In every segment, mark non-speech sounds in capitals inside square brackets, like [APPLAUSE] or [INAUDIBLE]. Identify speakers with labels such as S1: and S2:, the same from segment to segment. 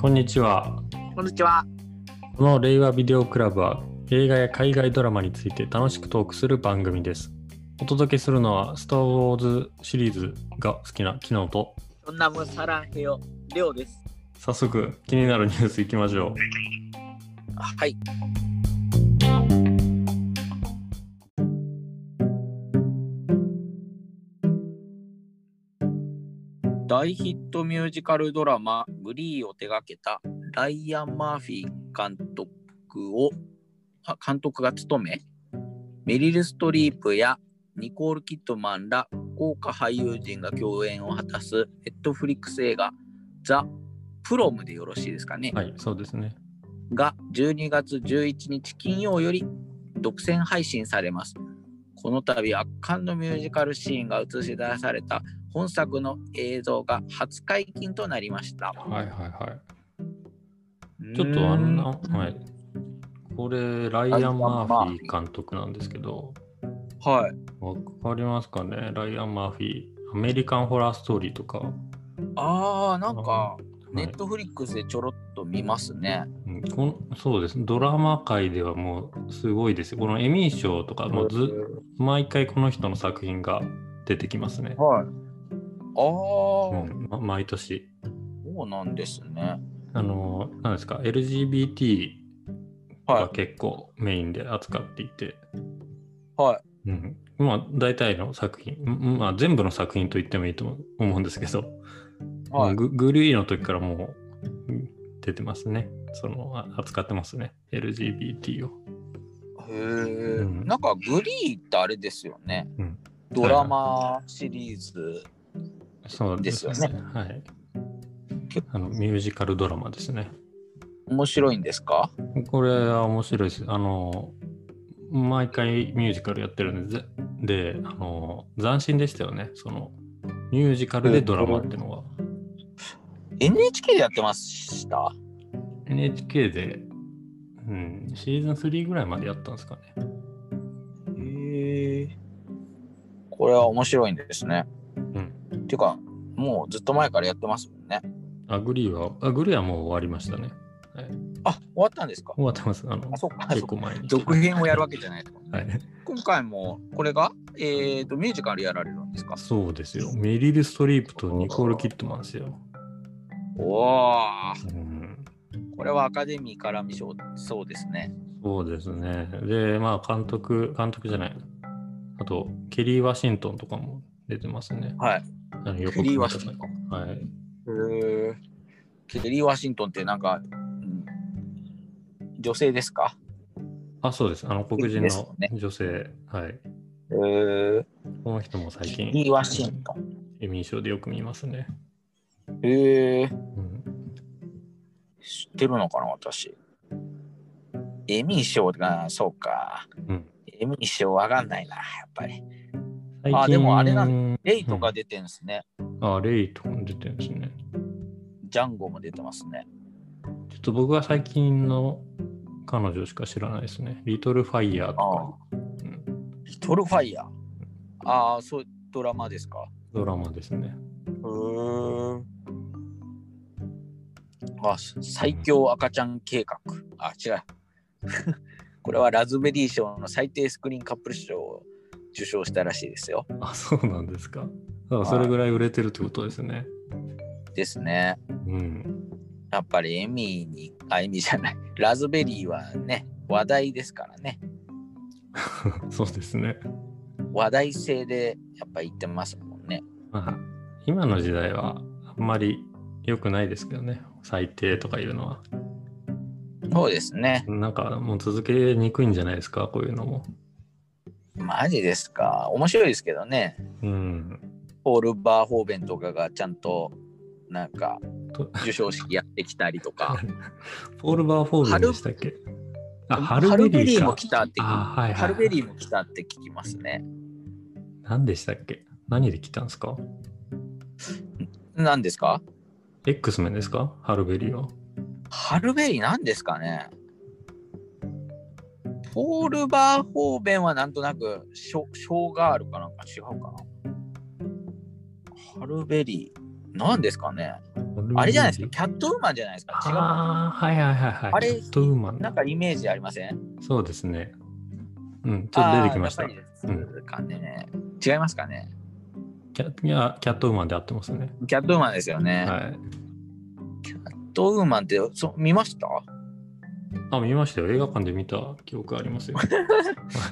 S1: こんにちは。
S2: こんにちは。
S1: この令和ビデオクラブは映画や海外ドラマについて楽しくトークする番組です。お届けするのはスター・ウォーズシリーズが好きな機能と
S2: そんなもんさらんへよ。りょうです。
S1: 早速気になるニュースいきましょう。
S2: はい。大ヒットミュージカルドラマ「グリー」を手掛けたライアン・マーフィー監督をあ監督が務めメリル・ストリープやニコール・キットマンら豪華俳優陣が共演を果たすネットフリックス映画「ザ・プロム」でよろしいですかね。
S1: はい、そうですね。
S2: が12月11日金曜より独占配信されます。この度圧巻のミュージカルシーンが映し出された本作の映像が初解禁となりました。
S1: はいはいはい。
S2: ち
S1: ちょっとあんな、はい。これ、ライアン・マーフィー監督なんですけど、
S2: はい。
S1: わかりますかねライアン・マーフィー。アメリカンホラーストーリーとか。は
S2: ああ、なんか
S1: い
S2: ネットフリックスでちょろっと見ますね。
S1: うんこんそうですねドラマ界ではもうすごいですよこのエミー賞とかもうず毎回この人の作品が出てきますね、
S2: はい。
S1: う
S2: ああ、
S1: んま毎年
S2: そうなんですね。
S1: あの何ですか LGBT が
S2: は
S1: 結構メインで扱っていて、
S2: い。はい。
S1: うん、まあ大体の作品、うんまあ、全部の作品と言ってもいいと思うんですけど、
S2: はい。
S1: ググリーの時からもううん出てますねそのあ扱ってますね LGBT を
S2: へえ、
S1: ん
S2: なんかグリーってあれですよね。
S1: うん
S2: ドラマシリーズ。
S1: そうです
S2: ですよ
S1: ねはい
S2: 結
S1: あのミュージカルドラマですね。
S2: 面白いんですか
S1: これは面白いです。あの、毎回ミュージカルやってるんで、ぜで、あの、斬新でしたよね。その、ミュージカルでドラマっていうのは、
S2: NHK でやってました
S1: NHK で、うん、シーズン3ぐらいまでやったんですかね。
S2: へえこれは面白いんですね
S1: うん。
S2: ていうかもうずっと前からやってますもんね
S1: アグリーは、アグリーはもう終わりましたね。
S2: あ終わったんですか
S1: 終わってます。あの
S2: あ、そっか
S1: 結
S2: そっか
S1: 構前に。
S2: 続編をやるわけじゃないですもんね
S1: はい。
S2: 今回もこれがえー、とミュージカルやられるんですか
S1: そうですよ。メリル・ストリープとニコール・キットマンですよ。
S2: おー
S1: うん
S2: これはアカデミーから見そうそうですね
S1: そうですね。で、まあ、監督、監督じゃない。あと、ケリー・ワシントンとかも出てますね。
S2: はい
S1: あの予
S2: ケ
S1: 告
S2: リー・
S1: 見
S2: ワ
S1: た
S2: シ
S1: 時
S2: ントン
S1: はい。
S2: へえケリー・ワシントンってなんか、うん女性ですか
S1: あ、そうです。あの、黒人
S2: ですよ
S1: の
S2: ね
S1: 女性。はい。
S2: へえ
S1: この人も最
S2: ケ
S1: 近、
S2: リー・ワシントン
S1: エミー賞でよく見ますね。
S2: へえ
S1: うん、
S2: 知ってるのかな、私。エミー賞が、そうか。
S1: うん
S2: エミー賞わかんないな、やっぱり。
S1: 最近
S2: あでもあれな
S1: の
S2: レイとか出てんですね。
S1: あ、レイとかも出てるんですね。
S2: ジャンゴも出てますね。
S1: ちょっと僕は最近の彼女しか知らないですね。リトル・ファイヤーとか、うん
S2: リトルファイヤー。ああ、そう、ドラマですか。
S1: ドラマですね。
S2: へえ。あ、最強赤ちゃん計画。あ、違う。 [LAUGHS] これはラズベリー賞の最低スクリーンカップル賞を受賞したらしいですよ。
S1: あ、そうなんですか。だからそれぐらい売れてるってことですね。
S2: ですね。
S1: うん。
S2: やっぱりエミーに、あ、エミーじゃない、 [LAUGHS] ラズベリーはね、話題ですからね、 [LAUGHS]
S1: そうですね。
S2: 話題性でやっぱ言ってますもんね。
S1: まあ、今の時代はあんまり良くないですけどね。最低とかいうのは。
S2: そうですね。
S1: なんかもう続けにくいんじゃないですか、こういうのも。
S2: マジですか。面白いですけどね、
S1: うん。
S2: ポール・バーホーベンとかがちゃんと、なんか
S1: と、
S2: 授賞式やってきたりとか、
S1: ポール・バーフォーベンでしたっけあ、ハ
S2: ハ
S1: ル
S2: ル
S1: ベ
S2: ベ
S1: リ
S2: リ
S1: ー
S2: ー
S1: か。
S2: も来たって、
S1: あ、はいはい。
S2: ハルベリーも来たって聞きますね。
S1: 何でしたっけ何で来たんですか
S2: 何ですか
S1: ?X メンですかハルベリーは。
S2: ハルベリーなんですかねポール・バーホーベンはなんとなくショショーガールかなんか違うかなハルベリー。なんですかねあれじゃないですかキャットウーマンじゃないですか違う
S1: ああ、はいはいはいはい。
S2: あれ
S1: キャットウーマン。
S2: なんかイメージありません
S1: そうですね。うん、ちょっと出てきました。
S2: あーやっぱりですかね違いますかね
S1: キャいやキャットウーマンで合ってますね。
S2: キャットウーマンですよね。
S1: はい。
S2: キャットウーマンってそ見ました
S1: あ、見ましたよ。映画館で見た記憶ありますよ。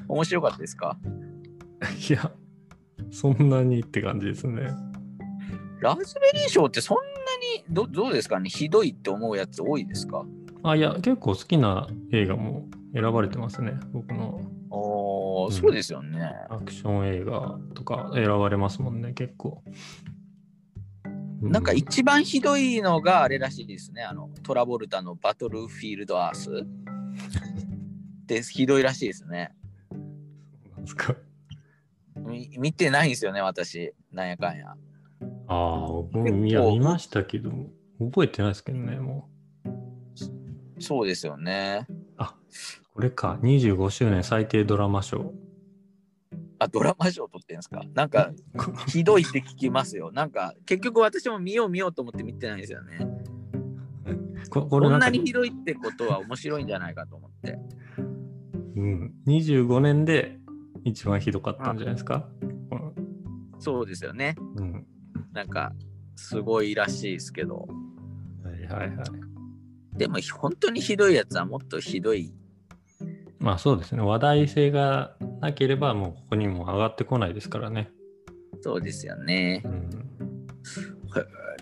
S2: 面白かったですか
S1: [LAUGHS] いや、そんなにって感じですね。
S2: ラズベリー賞ってそんなにどどうですかねひどいって思うやつ多いですか
S1: あ、いや、結構好きな映画も選ばれてますね。僕の
S2: おー
S1: うん
S2: そうですよね。
S1: アクション映画とか選ばれますもんね、結構。う
S2: なんか一番ひどいのがあれらしいですね。あのトラボルタのバトルフィールドア
S1: [LAUGHS]
S2: ース。でひどいらしいですね。
S1: なんですか
S2: み見てないんですよね、私。なんやかんや。
S1: ああ、僕もいや、
S2: 結構
S1: 見ましたけど、覚えてないですけどね、も
S2: そうですよね。
S1: う。これか、25周年最低ドラマ賞。
S2: あ、ドラマ賞取ってんですかなんかひどいって聞きますよ。なんか結局私も見よう見ようと思って見てないんですよね。
S1: ここ
S2: こ
S1: れ
S2: ん
S1: なん
S2: な
S1: か
S2: にひどいってことは面白いんじゃないかと思って。
S1: うん、25年で一番ひどかったんじゃないですか。
S2: そうですよね。
S1: うん、
S2: なんかすごいらしいですけど。
S1: はいはいはい。
S2: でも本当にひどいやつはもっとひどい。
S1: まあそうですね、話題性がなければ、もうここにも上がってこないですからね。
S2: そうですよね。
S1: うん、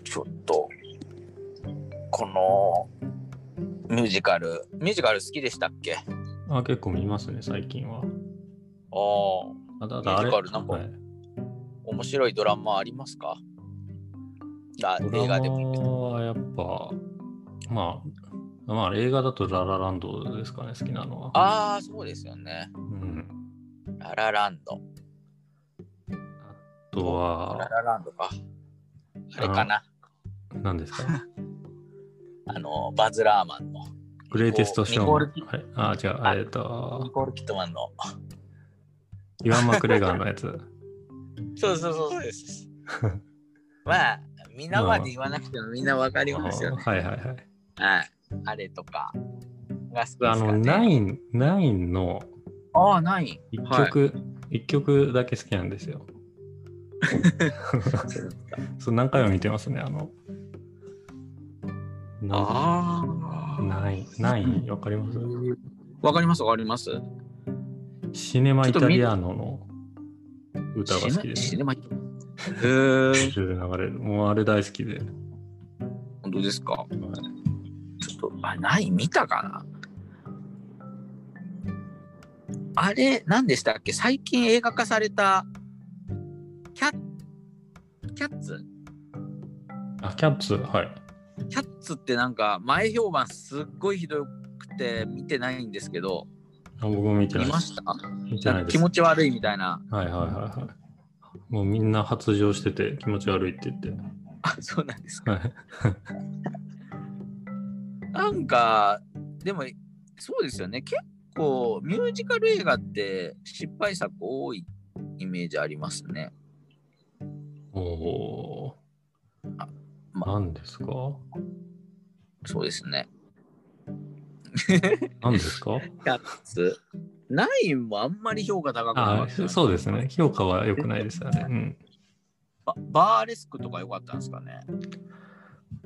S2: ちょっとこのミュージカルミュージカル好きでしたっけあ
S1: あ結構見ますね、最近は。
S2: あ
S1: あただあれ
S2: ミュージカルなんか
S1: はい
S2: 面白いドラマありますかあ
S1: ド
S2: 映画
S1: ラ
S2: でもいいけど
S1: マはやっぱ、まあ、まあ映画だとララランドですかね、好きなのは。
S2: ああそうですよね
S1: うん、
S2: ララランド
S1: あと
S2: ラ
S1: は、
S2: ラランドかあれかな
S1: 何ですか
S2: [LAUGHS] あのバズ・ラーマンの
S1: グレイテストショーマン。
S2: ニコ
S1: はい、あ、違う、
S2: あ
S1: えっ、
S2: ニ
S1: と、
S2: コール・キットマンの
S1: イワン・マクレガーのや
S2: [LAUGHS]
S1: つ。
S2: そうそうそうそう [LAUGHS] ですまあみんなまで言わなくてもみんなわかりますよね
S1: はいはいはい。
S2: はいあれとかが好きですか
S1: あの、ナ
S2: ね
S1: イン、ナインの
S2: ああない
S1: 一曲、一、曲だけ好きなんです
S2: [LAUGHS]
S1: よ。そう、何回も見てますね、あの。な
S2: あ
S1: ナイン、ナイン、わかります
S2: あ。わかりますわかります。
S1: シネマイタリアーノの歌が好きです。
S2: 死ねまい。へえ。
S1: 途中で流れる。もうあれ大好きで。
S2: 本当ですか。ちょっと、あ、ない、見たかな。あれ、何でしたっけ最近映画化された、キャッ、キャッツ
S1: あ、キャッツ、はい。
S2: キャッツってなんか前評判すっごいひどくて見てないんですけど、
S1: あ僕も見てな
S2: 見
S1: いで。
S2: ますした
S1: 見て
S2: な
S1: なんいで
S2: か気
S1: す。
S2: 持
S1: はい
S2: ち悪いみたいな。
S1: はいはいはい。もうみんな発情してて気持ち悪いって言って。
S2: あ、そうなんですか。
S1: はい。
S2: なんかでもそうですよね結構ミュージカル映画って失敗作多いイメージありますね。
S1: おお
S2: あ。ま
S1: 何ですか
S2: そうですね。
S1: 何ですか
S2: キャッツ。ナインもあんまり評価高くなか
S1: あ
S2: った。
S1: そうですね。評価は良くないですよね。うん。
S2: ババーレスクとか良かったんですかね。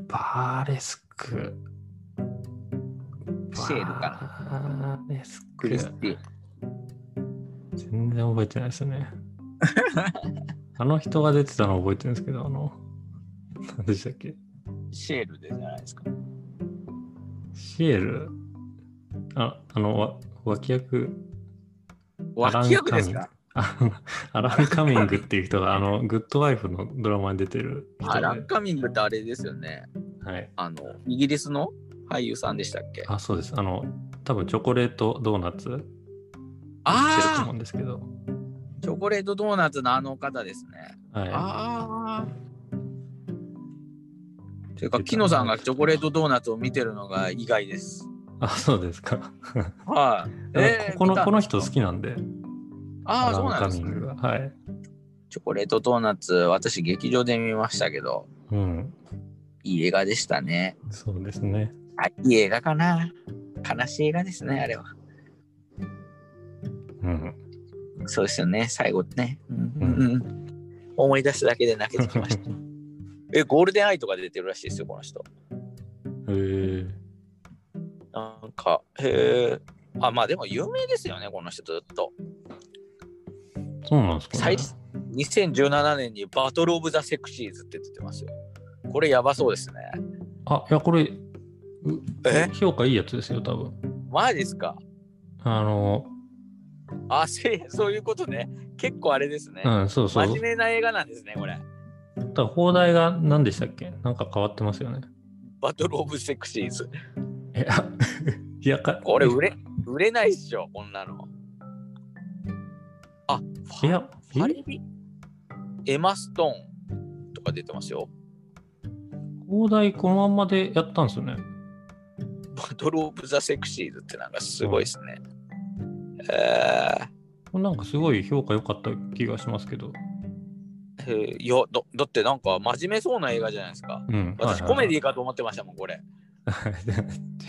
S1: バーレスク。
S2: シェールか
S1: バーレス
S2: ク
S1: ク
S2: リ。スティ。
S1: 全然覚えてないです
S2: [LAUGHS]
S1: ね。あの人が出てたの覚えてるんですけど、あの、何でしたっけ
S2: シェールでじゃないですか。
S1: シエル、あ、あの、わ脇役、
S2: 脇役ですか
S1: アランカミング。あアラン・カミングっていう人が、あの、グッドワイフのドラマに出てる人
S2: ア
S1: で。
S2: ラ
S1: は
S2: ン・カミングってあれですよね。
S1: い。
S2: あの、イギリスの俳優さんでしたっけ
S1: あ、そうです。あの、多分チョコレートドーナツ売ってると
S2: あ
S1: 思
S2: あ
S1: うんですけど。
S2: チョコレートドーナツのあの方ですね。
S1: は
S2: ああ。て
S1: い。
S2: いうか、木野さんがチョコレートドーナツを見てるのが意外です。
S1: あ、そうですか。
S2: はい。えー
S1: ここ
S2: 見た
S1: の
S2: ん
S1: この
S2: ですか
S1: 人好きなんで、ア
S2: ああ、
S1: ラ
S2: そう
S1: ン・
S2: な
S1: カ
S2: んで
S1: ミ
S2: す、
S1: ン
S2: ね
S1: グ。が。はい。
S2: チョコレートドーナツ、私、劇場で見ましたけど、
S1: うん。
S2: いい映画でしたね。
S1: そうですね。
S2: あいい映画かな。悲しい映画ですね、あれは。 [LAUGHS]
S1: うん。
S2: そうですよね、最後ね。うん
S1: うん
S2: うん、思い出すだけで泣けてきました。え、ゴールデンアイとか出てるらしいですよ、この人。
S1: えー、
S2: なんか、へえ。あ、まあでも有名ですよね、この人ずっと。
S1: そうなんですかね
S2: 最。2017年にバトル・オブ・ザ・セクシーズって出てますよ。これやばそうですね。
S1: あ、いや、これ、う
S2: え
S1: 評価いいやつですよ、多分。
S2: マジですか
S1: あの、
S2: あせ、そういうことね。結構あれですね。
S1: うん、そうそう。
S2: 真面目な映画なんですね、これ。
S1: ただ放題が何でしたっけなんか変わってますよね。
S2: バトル・オブ・セクシーズ。
S1: え、あ [LAUGHS] いや、か
S2: これ売れ、売れないっしょ、こんなの。あ、フ
S1: い
S2: ァ
S1: や、
S2: ファ
S1: え
S2: リピエマ・ストーンとか出てますよ。
S1: 放題このまんまでやったんですよね。
S2: バトル・オブ・ザ・セクシーズってなんかすごいですね。えー
S1: これなんかすごい評価良かった気がしますけど。
S2: えーいやだだってなんか真面目そうな映画じゃないですか
S1: うん。
S2: 私コメデ
S1: ィ
S2: ィかと思ってましたもんこれ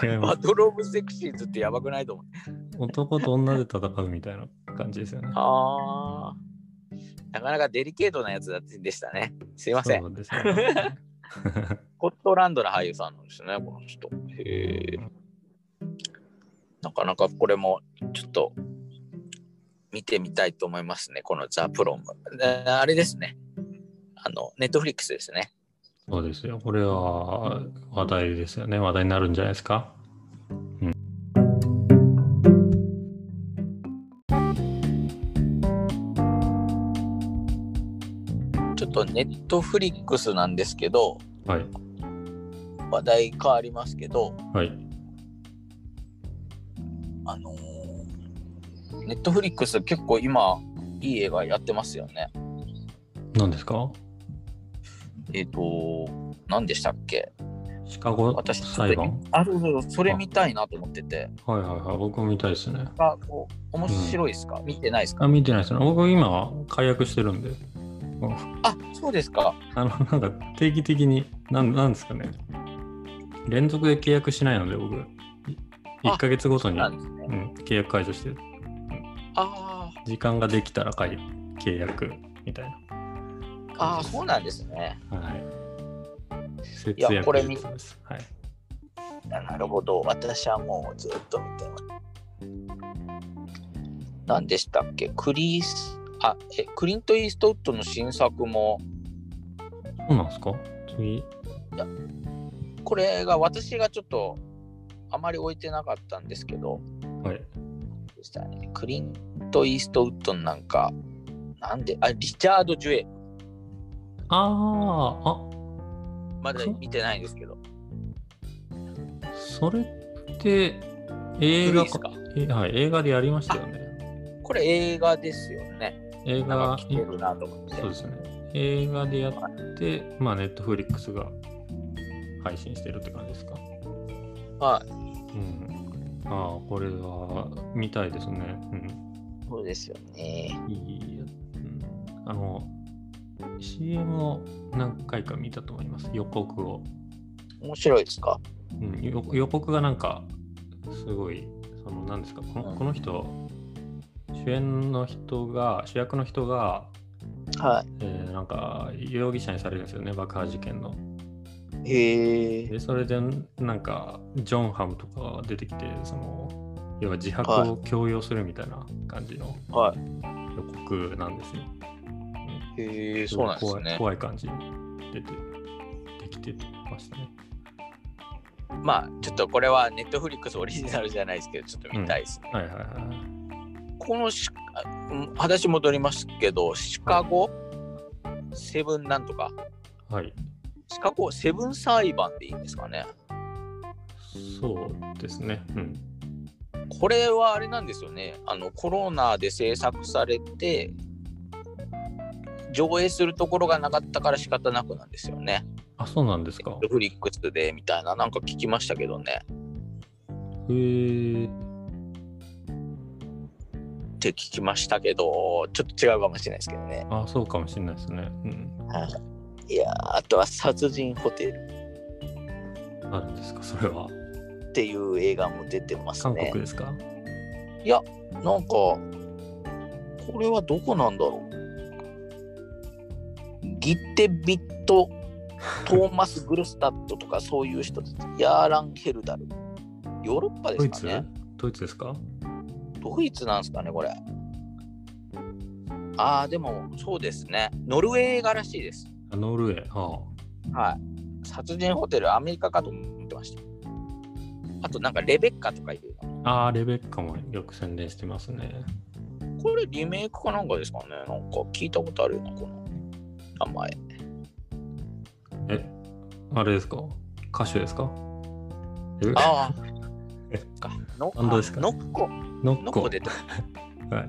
S1: 違い [LAUGHS] ま
S2: バ
S1: す。
S2: トル・オブ・セクシーズってやばくないと思って
S1: 男と女で戦うみたいな感じですよね。
S2: あーなかなかデリケートなやつだってでしたねすいません
S1: そうですね。
S2: スコットランドの俳優さんなんですねこの人へえなかなかこれもちょっと見てみたいと思いますねこのザ・プロムえーあれですねあのネットフリックスですね
S1: そうですよ。これは話題ですよね。話題になるんじゃないですか。
S2: ちょっとネットフリックスなんですけど
S1: はい。
S2: 話題変わりますけど
S1: はい。
S2: あのネットフリックス結構今いい映画やってますよね。
S1: 何ですか
S2: えっ、と何でしたっけ
S1: シカゴ
S2: 私
S1: 裁判
S2: あそうそうそうそれ見たいなと思ってて
S1: はいはいはい。僕も見たいですね。
S2: あこう面白いですか、見てないですか
S1: あ、見てないですね。僕今、解約してるんで。
S2: あそうですか
S1: あの、なんか定期的に、なんなんですかね。連続で契約しないので、僕。1ヶ月ごとに、
S2: なん
S1: う
S2: ですね
S1: ん、契約解除してる。
S2: あ
S1: 時間ができたら解契約みたい
S2: ーあーそうなんですね
S1: な。はい。節
S2: いやこれ見
S1: 術です。はい。
S2: なるほど私はもうずっと見てます何でしたっけクリスあえクリント・イーストウッドの新作も
S1: そうなんですか次。
S2: これが私がちょっとあまり置いてなかったんですけど
S1: はい。
S2: でしたねクリント・イーストウッドンなんかなんであリチャード・ジュエ
S1: ああ、
S2: まだ見てないんですけど
S1: あ、それって映
S2: 古
S1: 画
S2: いっすか
S1: えはい、映画でやりましたよね。
S2: これ映画ですよね
S1: 映
S2: なん
S1: 画
S2: か、来てるなと思って
S1: そうですね。映画でやって、まあ、ネットフリックスが配信してるって感じですか。
S2: はい
S1: うん。ああ、これは見たいですね。うん。
S2: そうですよね
S1: いいやうんあの、CM を何回か見たと思います、予告を。
S2: 面白いですか
S1: うん、予予告がなんか、すごい、その、なんですか、こ
S2: う
S1: の
S2: ん
S1: この人、主演の人が、主役の人が、
S2: は
S1: えーなんか、容疑者にされるんですよね、爆破事件の。
S2: いへえ
S1: で、それで、なんか、ジョンハムとかが出てきて、その、要は自白を強要するみたいな感じの
S2: は
S1: 予告なんですよ。
S2: いへえそうなんですね
S1: 怖い怖い感じに出てできてましたね。
S2: まあちょっとこれはネットフリックスオリジナルじゃないですけどちょっと見たいですね、
S1: はいはいはい。
S2: このしあうん話戻りますけどシカゴ、セブンなんとか
S1: はい、
S2: シカゴセブン裁判でいいんですかね
S1: そうですね。うん。
S2: これはあれなんですよねあのコロナで制作されて上映するところがなかったから仕方なくなんですよね。
S1: あ、そうなんですか。
S2: フリックスでみたいななんか聞きましたけどね。
S1: へえ。
S2: って聞きましたけどちょっと違うかもしれないですけどね。
S1: あ、そうかもしれないですね。うん。
S2: はいいやーあとは「殺人ホテル
S1: あるんですかそれは。」
S2: っていう映画も出てます
S1: 韓
S2: ね
S1: 国。ですか
S2: いや、なんか、これはどこなんだろう。ギッテ・ビット・トーマス・グルスタットとかそういう人です。ヤーラン・ヘルダル。ヨーロッパで
S1: ド
S2: す
S1: イ
S2: か
S1: ツ
S2: ね。
S1: ドイツですか
S2: ドイツなんですかね、これ。ああ、でもそうですね。ノルウェー映画らしいです。
S1: あノルウェー。あ
S2: はい。殺人ホテル、アメリカかと思ってました。あと、なんかレベッカとかいう。
S1: ああー、レベッカもよく宣伝してますね。
S2: これリメイクかなんかですかねなんか聞いたことあるよな、この名前。
S1: え、あれですか歌手ですかえ
S2: あ
S1: え
S2: あ。の
S1: 本当ですか
S2: ノッコ。
S1: ノ
S2: ノ
S1: ッ
S2: ッコ
S1: コ。
S2: 出てる。
S1: [LAUGHS] はい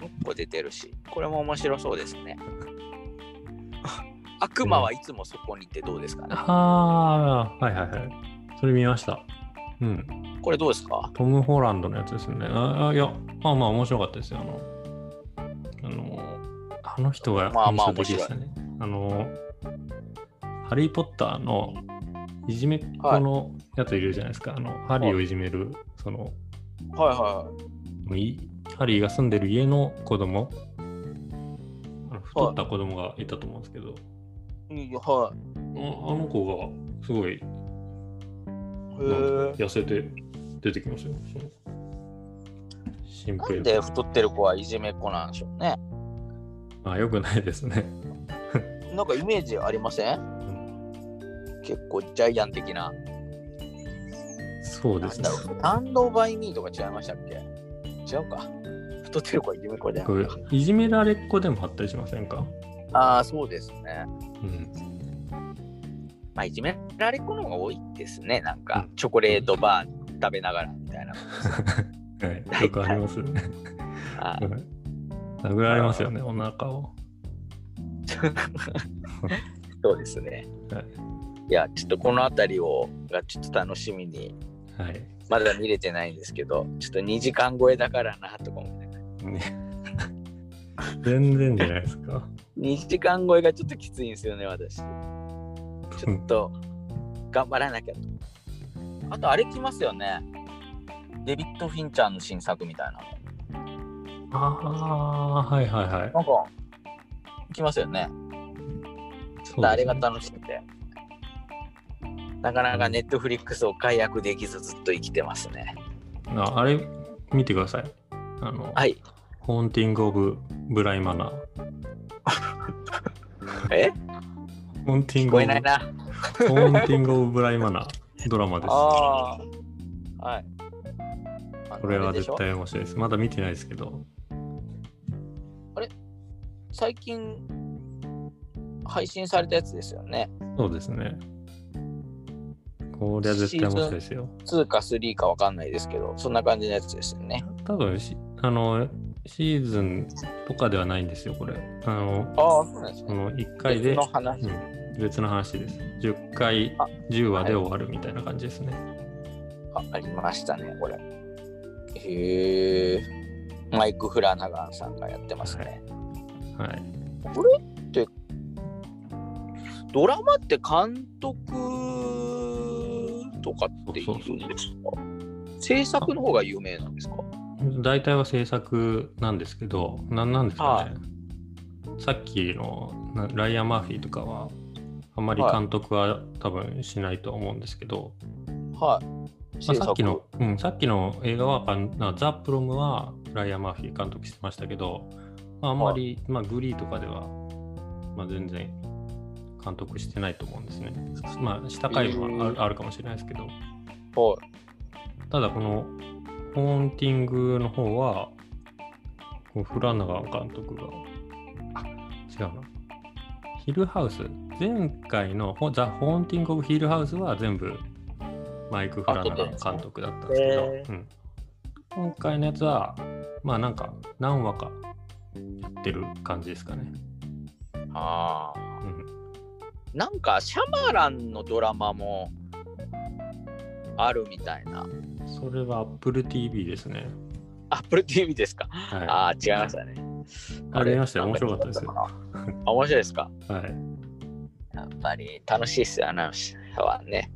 S2: ノッコ出てるし、これも面白そうですね。 [LAUGHS] 悪魔はいつもそこにってどうですかね
S1: ああ、はいはいはい。それ見ました。うん。
S2: これどうですか
S1: トム・ホランドのやつですよね。ああ、いや、まあまあ面白かったですよ。あの、あの、あの人が
S2: まあまあ
S1: 印象的でしたね。あの、ハリー・ポッターのいじめっ子のやついるじゃないですか。あの、ハリーをいじめる、その、
S2: はいはい
S1: ハリーが住んでる家の子供、あの太った子供がいたと思うんですけど、
S2: いはい。いいよは
S1: ああの子がすごい
S2: い。へ
S1: 痩せて出てきますよ。そのシン
S2: え。
S1: プ
S2: なん
S1: ル
S2: で太ってる子はいじめっ子なんでしょうね。
S1: まあ、よくないですね。
S2: なんかイメージありません、結構ジャイアン的な。
S1: そう
S2: な
S1: で
S2: ん
S1: すね
S2: だ。ろう。スタンドバイミーとか違いましたっけ違うか。太ってる子はいじめっ子じゃ
S1: こ
S2: ん。
S1: れいじめられっ子でもあったりしませんか、
S2: ああ、そうですね。
S1: うん、
S2: まあ、いじめられっ子の方が多いですね。なんか、チョコレートバー食べながらみたいな。
S1: はい、よくありますね。
S2: あ
S1: [LAUGHS] はい殴られますよね、お腹を。
S2: そうですね
S1: はい。
S2: いや、ちょっとこの辺りをがちょっと楽しみに、
S1: はい。
S2: まだ見れてないんですけど、ちょっと2時間超えだからなとか思って。
S1: ね全然じゃないですか。
S2: 2時間超えがちょっときついんですよね、私。ちょっと頑張らなきゃと。あと、あれ来ますよね。デビッド・フィンチャーの新作みたいなの。
S1: ああ、はいはいはい。
S2: なんか、来ますよね。ちょっとあれが楽しくて。なかなかネットフリックスを解約できずずっと生きてますね。
S1: ああれ、見てください。あの、
S2: はい。
S1: ホーンティング・オブ・ブライ・マナー。
S2: え
S1: ホーンティング・オ
S2: 聞こ
S1: ブ
S2: えないな。
S1: ホーンティング・オブ・ブライ・マナー。ドラマです。
S2: ああ。はい。あの
S1: これは
S2: あでし
S1: 絶
S2: ょ
S1: 対面白いです。まだ見てないですけど。
S2: 最近配信されたやつですよね。
S1: そうですね。これは絶対面白いですよ。
S2: 2か3かわかんないですけど、そんな感じのやつですよね。
S1: 多分しあの、シーズンとかではないんですよ、これ。あの、
S2: ああ、そうなんです
S1: こ
S2: ね。
S1: の1回で
S2: 別の、話。
S1: うん別の話です。10回
S2: あ、
S1: 10話で終わるみたいな感じですね。
S2: あありましたね、これ。へえ。マイク・フラナガンさんがやってますね。
S1: はい。
S2: ドラマって監督とかってい
S1: そうそう
S2: るんですか制作の方が有名なんですか
S1: 大体は制作なんですけど、なんなんですかね。さっきのなライアン・マーフィーとかは、あんまり監督は多分しないと思うんですけど、
S2: はい。
S1: まあ、さっきの、うん、さっきの映画はかん、なザ・プロムはライアン・マーフィー監督してましたけど、まあ、あんまり、まあ、グリーとかでは、まあ、全然監督してないと思うんですね。まあ、した回もある,、
S2: へえ
S1: あるかもしれないですけど、
S2: は
S1: ただこの、ホーンティングの方は、こうフラナガン監督が、あ違うな。ヒルハウス、前回のほザ・ホーンティング・オブ・ヒルハウスは全部マイク・フラナガン監督だったんですけ
S2: あ
S1: ど
S2: そうで、す
S1: うん今回のやつは、まあなんか何話かやってる感じですかね。
S2: い。ああ。
S1: うん、
S2: なんかシャマランのドラマもあるみたいな。
S1: それは Apple TV ですね。
S2: Apple TV ですか。
S1: はい、
S2: ああ、違いましたね。
S1: ありましたよ面白かったですよ
S2: よ。あ面白いですか。
S1: はい、
S2: いやぱり楽しいっすよ、アナウンサーはね。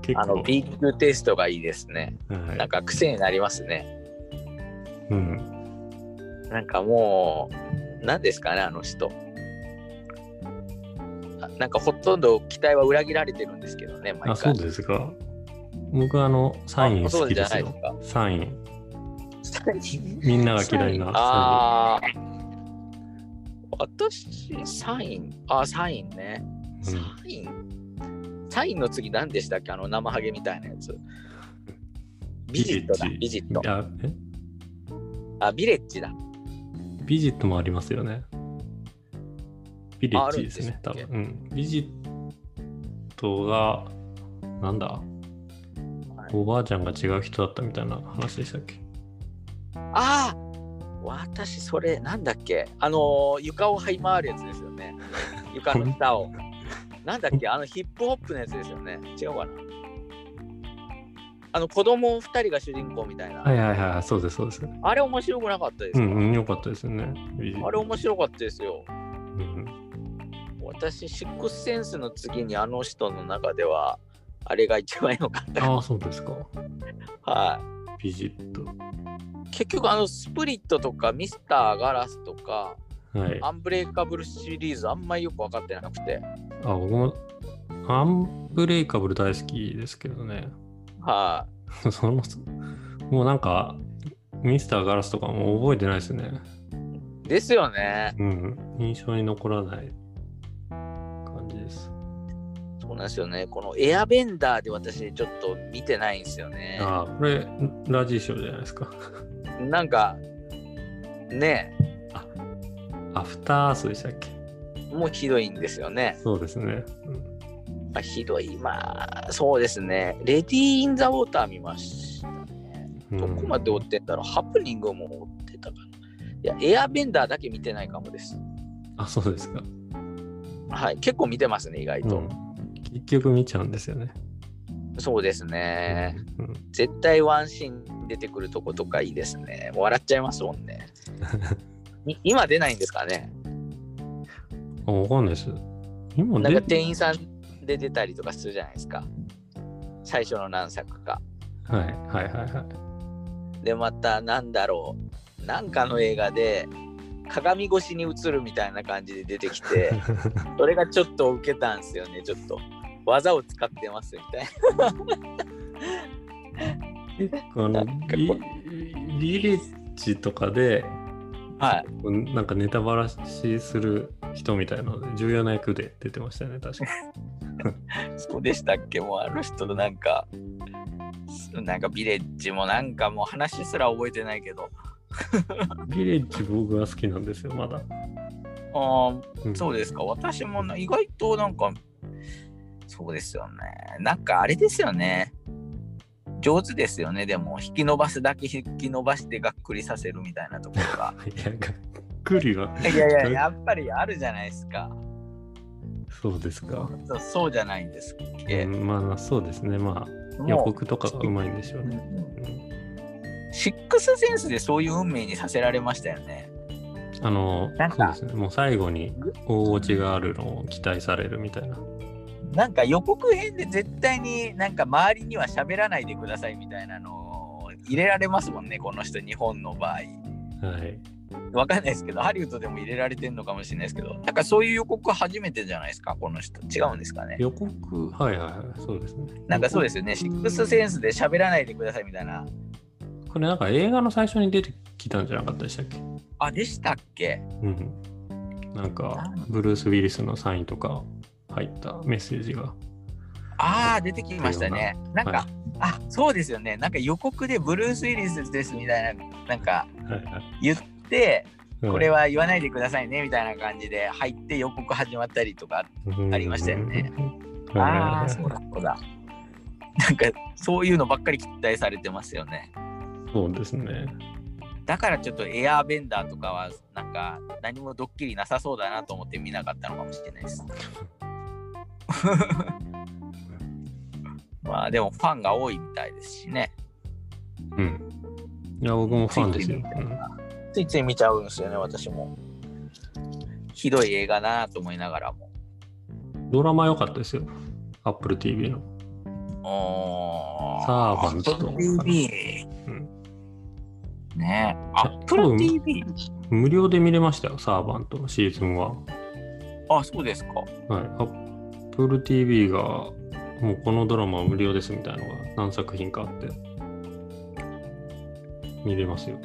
S1: 結構
S2: あの、ビッグテイストがいいですね。
S1: はい
S2: なんか癖になりますね。
S1: うん、
S2: なんかもう、何ですかね、あの人。あなんかほとんど期待は裏切られてるんですけどね、毎回。
S1: あそうですか僕あのサイン
S2: あそ
S1: 好
S2: う
S1: き
S2: じ
S1: で
S2: ゃな
S1: す
S2: いで
S1: よサイン
S2: すか。
S1: みんなが嫌いなサ
S2: ああ。私、サイン。あーサインね。
S1: イン
S2: サイン。サインの次何でしたっけあの生ハゲみたいなやつ。ビジットだ。ビジット。
S1: あえ
S2: あ、ビレッジだ。
S1: ビジットもありますよね。ビレッジですね、多
S2: ああるんで
S1: 分
S2: す、
S1: うん。ビジットが、なんだおばあちゃんが違う人だったみたいな話でしたっけ
S2: ああ私、それ、なんだっけあのー床を這い回るやつですよ
S1: [LAUGHS]
S2: ね。床の下を。なんだっけあのヒップホップのやつですよね。違うかなあの子供2人が主人公みたいな。
S1: はいはいはい、そうです、そうです。
S2: あれ面白くなかったです
S1: う
S2: か、
S1: ん、うん、よかったですよね。ビジット
S2: あれ面白かったですよ。
S1: うん、
S2: 私、シックスセンスの次にあの人の中では、あれが一番良かった。
S1: ああ、そうですか。
S2: は
S1: ビジット。
S2: い。結局、あの、スプリットとか、ミスターガラスとか、
S1: はい。
S2: アンブレイカブルシリーズ、あんまりよく分かってなくて。
S1: あ、僕も、アンブレイカブル大好きですけどね。 [LAUGHS]
S2: は
S1: その、もうなんか、ミスターガラスとかもう覚えてないですね。
S2: い。ですよね。
S1: うん、印象に残らない感じです。
S2: そうなんですよね。このエアベンダーで私、ちょっと見てないんですよね。
S1: ああ、これ、ラジーショーじゃないですか。
S2: なんか、ね
S1: アフターアースでしたっけ
S2: え、もうひどいんですよね。
S1: そうですね。うん
S2: まあ、ひどい、まあ、そうですね。レディー・イン・ザ・ウォーター見ましたね。どこまで追ってんだろう、ハプニングも追ってたかな。いや、エアベンダーだけ見てないかもです。
S1: あ、そうですか。
S2: はい、結構見てますね、意外
S1: う
S2: と。
S1: ん、結局見ちゃうんですよね。
S2: そうですね。
S1: うん、
S2: 絶対ワンシーン出てくるとことかいいですね。笑っちゃいますも
S1: [LAUGHS]
S2: んね。い今出ないんですかね。
S1: あ、わかんないです。今
S2: なんか
S1: 出
S2: 店員さんで出たりとかするじゃないですか。最初の何作か。
S1: はいはいはいはい。
S2: で、また、なんだろう。なんかの映画で、鏡越しに映るみたいな感じで出てきて。 [LAUGHS]
S1: [LAUGHS]
S2: それがちょっと受けたんですよね、ちょっと。技を使ってますみたい
S1: 結構あの
S2: なんか
S1: ビ
S2: こ
S1: ビレッジとかで、
S2: な。はい。
S1: うんなんかネタバラしする人みたいなので、重要な役で出てましたよね、
S2: [LAUGHS]
S1: 確か。
S2: そうでしたっけもうあの人のなんか、なんかビレッジもなんかもう話すら覚えてないけど、
S1: ビレッジ僕は好きなんですよ、まだ。
S2: あー
S1: うん
S2: そうですか、私もな意外となんか、そうですよね。なんかあれですよね。上手ですよね、でも、引き伸ばすだけ引き伸ばしてがっくりさせるみたいなとこ
S1: [LAUGHS]
S2: ろが。
S1: いや、がっくりは。
S2: いやいや、やっぱりあるじゃないですか。
S1: そうですか。
S2: そうそうじゃないんですっけ。
S1: うんまあ、そうですね。まあ、予
S2: もう
S1: 告とかがうまいんでしょうね。うん
S2: シックスセンスでそういう運命にさせられましたよね。
S1: あの
S2: なん、
S1: そう
S2: か
S1: ですね。もう最後に大落ちがあるのを期待されるみたいな。
S2: なんか予告編で絶対になんか周りには喋らないでくださいみたいなのを入れられますもんね、この人、日本の場合。
S1: はい。
S2: わかんないですけど、ハリウッドでも入れられてるのかもしれないですけど、なんかそういう予告初めてじゃないですか、この人。違うんですかね。
S1: 予告、はいはいはい、そうですね。。
S2: なんかそうですすよね、シックスセンスで喋らないでくださいみたいな。
S1: これなんか映画の最初に出てきたんじゃなかったでしたっけ
S2: あ、でしたっけ
S1: うん。なんか、ブルース・ウィリスのサインとか入ったメッセージが。
S2: ああ、出てきましたね。なんか、
S1: はい
S2: あそうですよね、なんか予告でブルース・ウィリスですみたいな、なんか
S1: はいはい。
S2: 言って、これ
S1: は
S2: は言わないでくださいねみたいな感じで入って予告始まったりとか、ありましたよね。
S1: うん
S2: ああそうだそうだなんかそういうのばっかり期待されてますよね
S1: そうですね。
S2: だからちょっとエアーベンダーとかはなんか何もドッキリなさそうだなと思って見なかったのかもしれないです [LAUGHS] まあでもファンが多いみたいですしね
S1: うん。いや、僕もファンですよ。うん
S2: ついつい見ちゃうんですよね私もひどい映画だなと思いながらも
S1: ドラマ良かったですよ。Apple TV の。
S2: あ
S1: サーバント
S2: Apple TV。
S1: うん
S2: ねえ、
S1: や
S2: Apple TV。
S1: 無料で見れましたよ、サーバントのシーズンは。
S2: あ、そうですか。
S1: はい。Apple TV が、もうこのドラマは無料ですみたいなのが何作品かあって、見れますよ。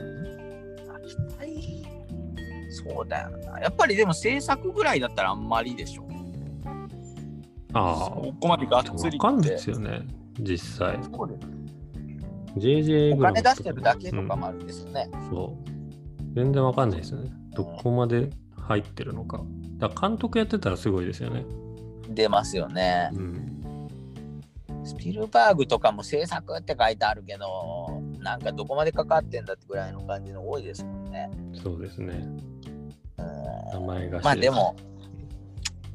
S2: そうだよな。やっぱりでも制作ぐらいだったらあんまりでしょ。
S1: ああ、
S2: そこまでがっつり
S1: わかん
S2: っ
S1: ない
S2: て
S1: で。すよね、実際。
S2: そうです
S1: JJ エ
S2: お
S1: ブラムスか
S2: 金出してるだけとかもあるんですよね。
S1: うんそう。全然わかんないですよね。どこまで入ってるのか。だから監督やってたらすごいですよね。
S2: 出ますよね。
S1: うん。
S2: スピルバーグとかも制作って書いてあるけど、なんかどこまでかかってんだってぐらいの感じの多いですもんね。
S1: そうですね。
S2: うん
S1: 名前が。
S2: まあで。も、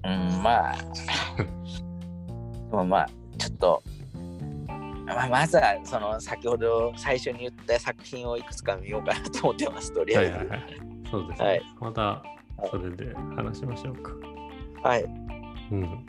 S2: うん、
S1: [LAUGHS]
S2: まあ、でもまあ、ちょっと、まあ、まずはその先ほど最初に言った作品をいくつか見ようかなと思ってます、とりあ
S1: は
S2: え
S1: い
S2: ず。
S1: はいはい。そうですね。
S2: はい
S1: また、それで話しましょうか。
S2: はい
S1: うん。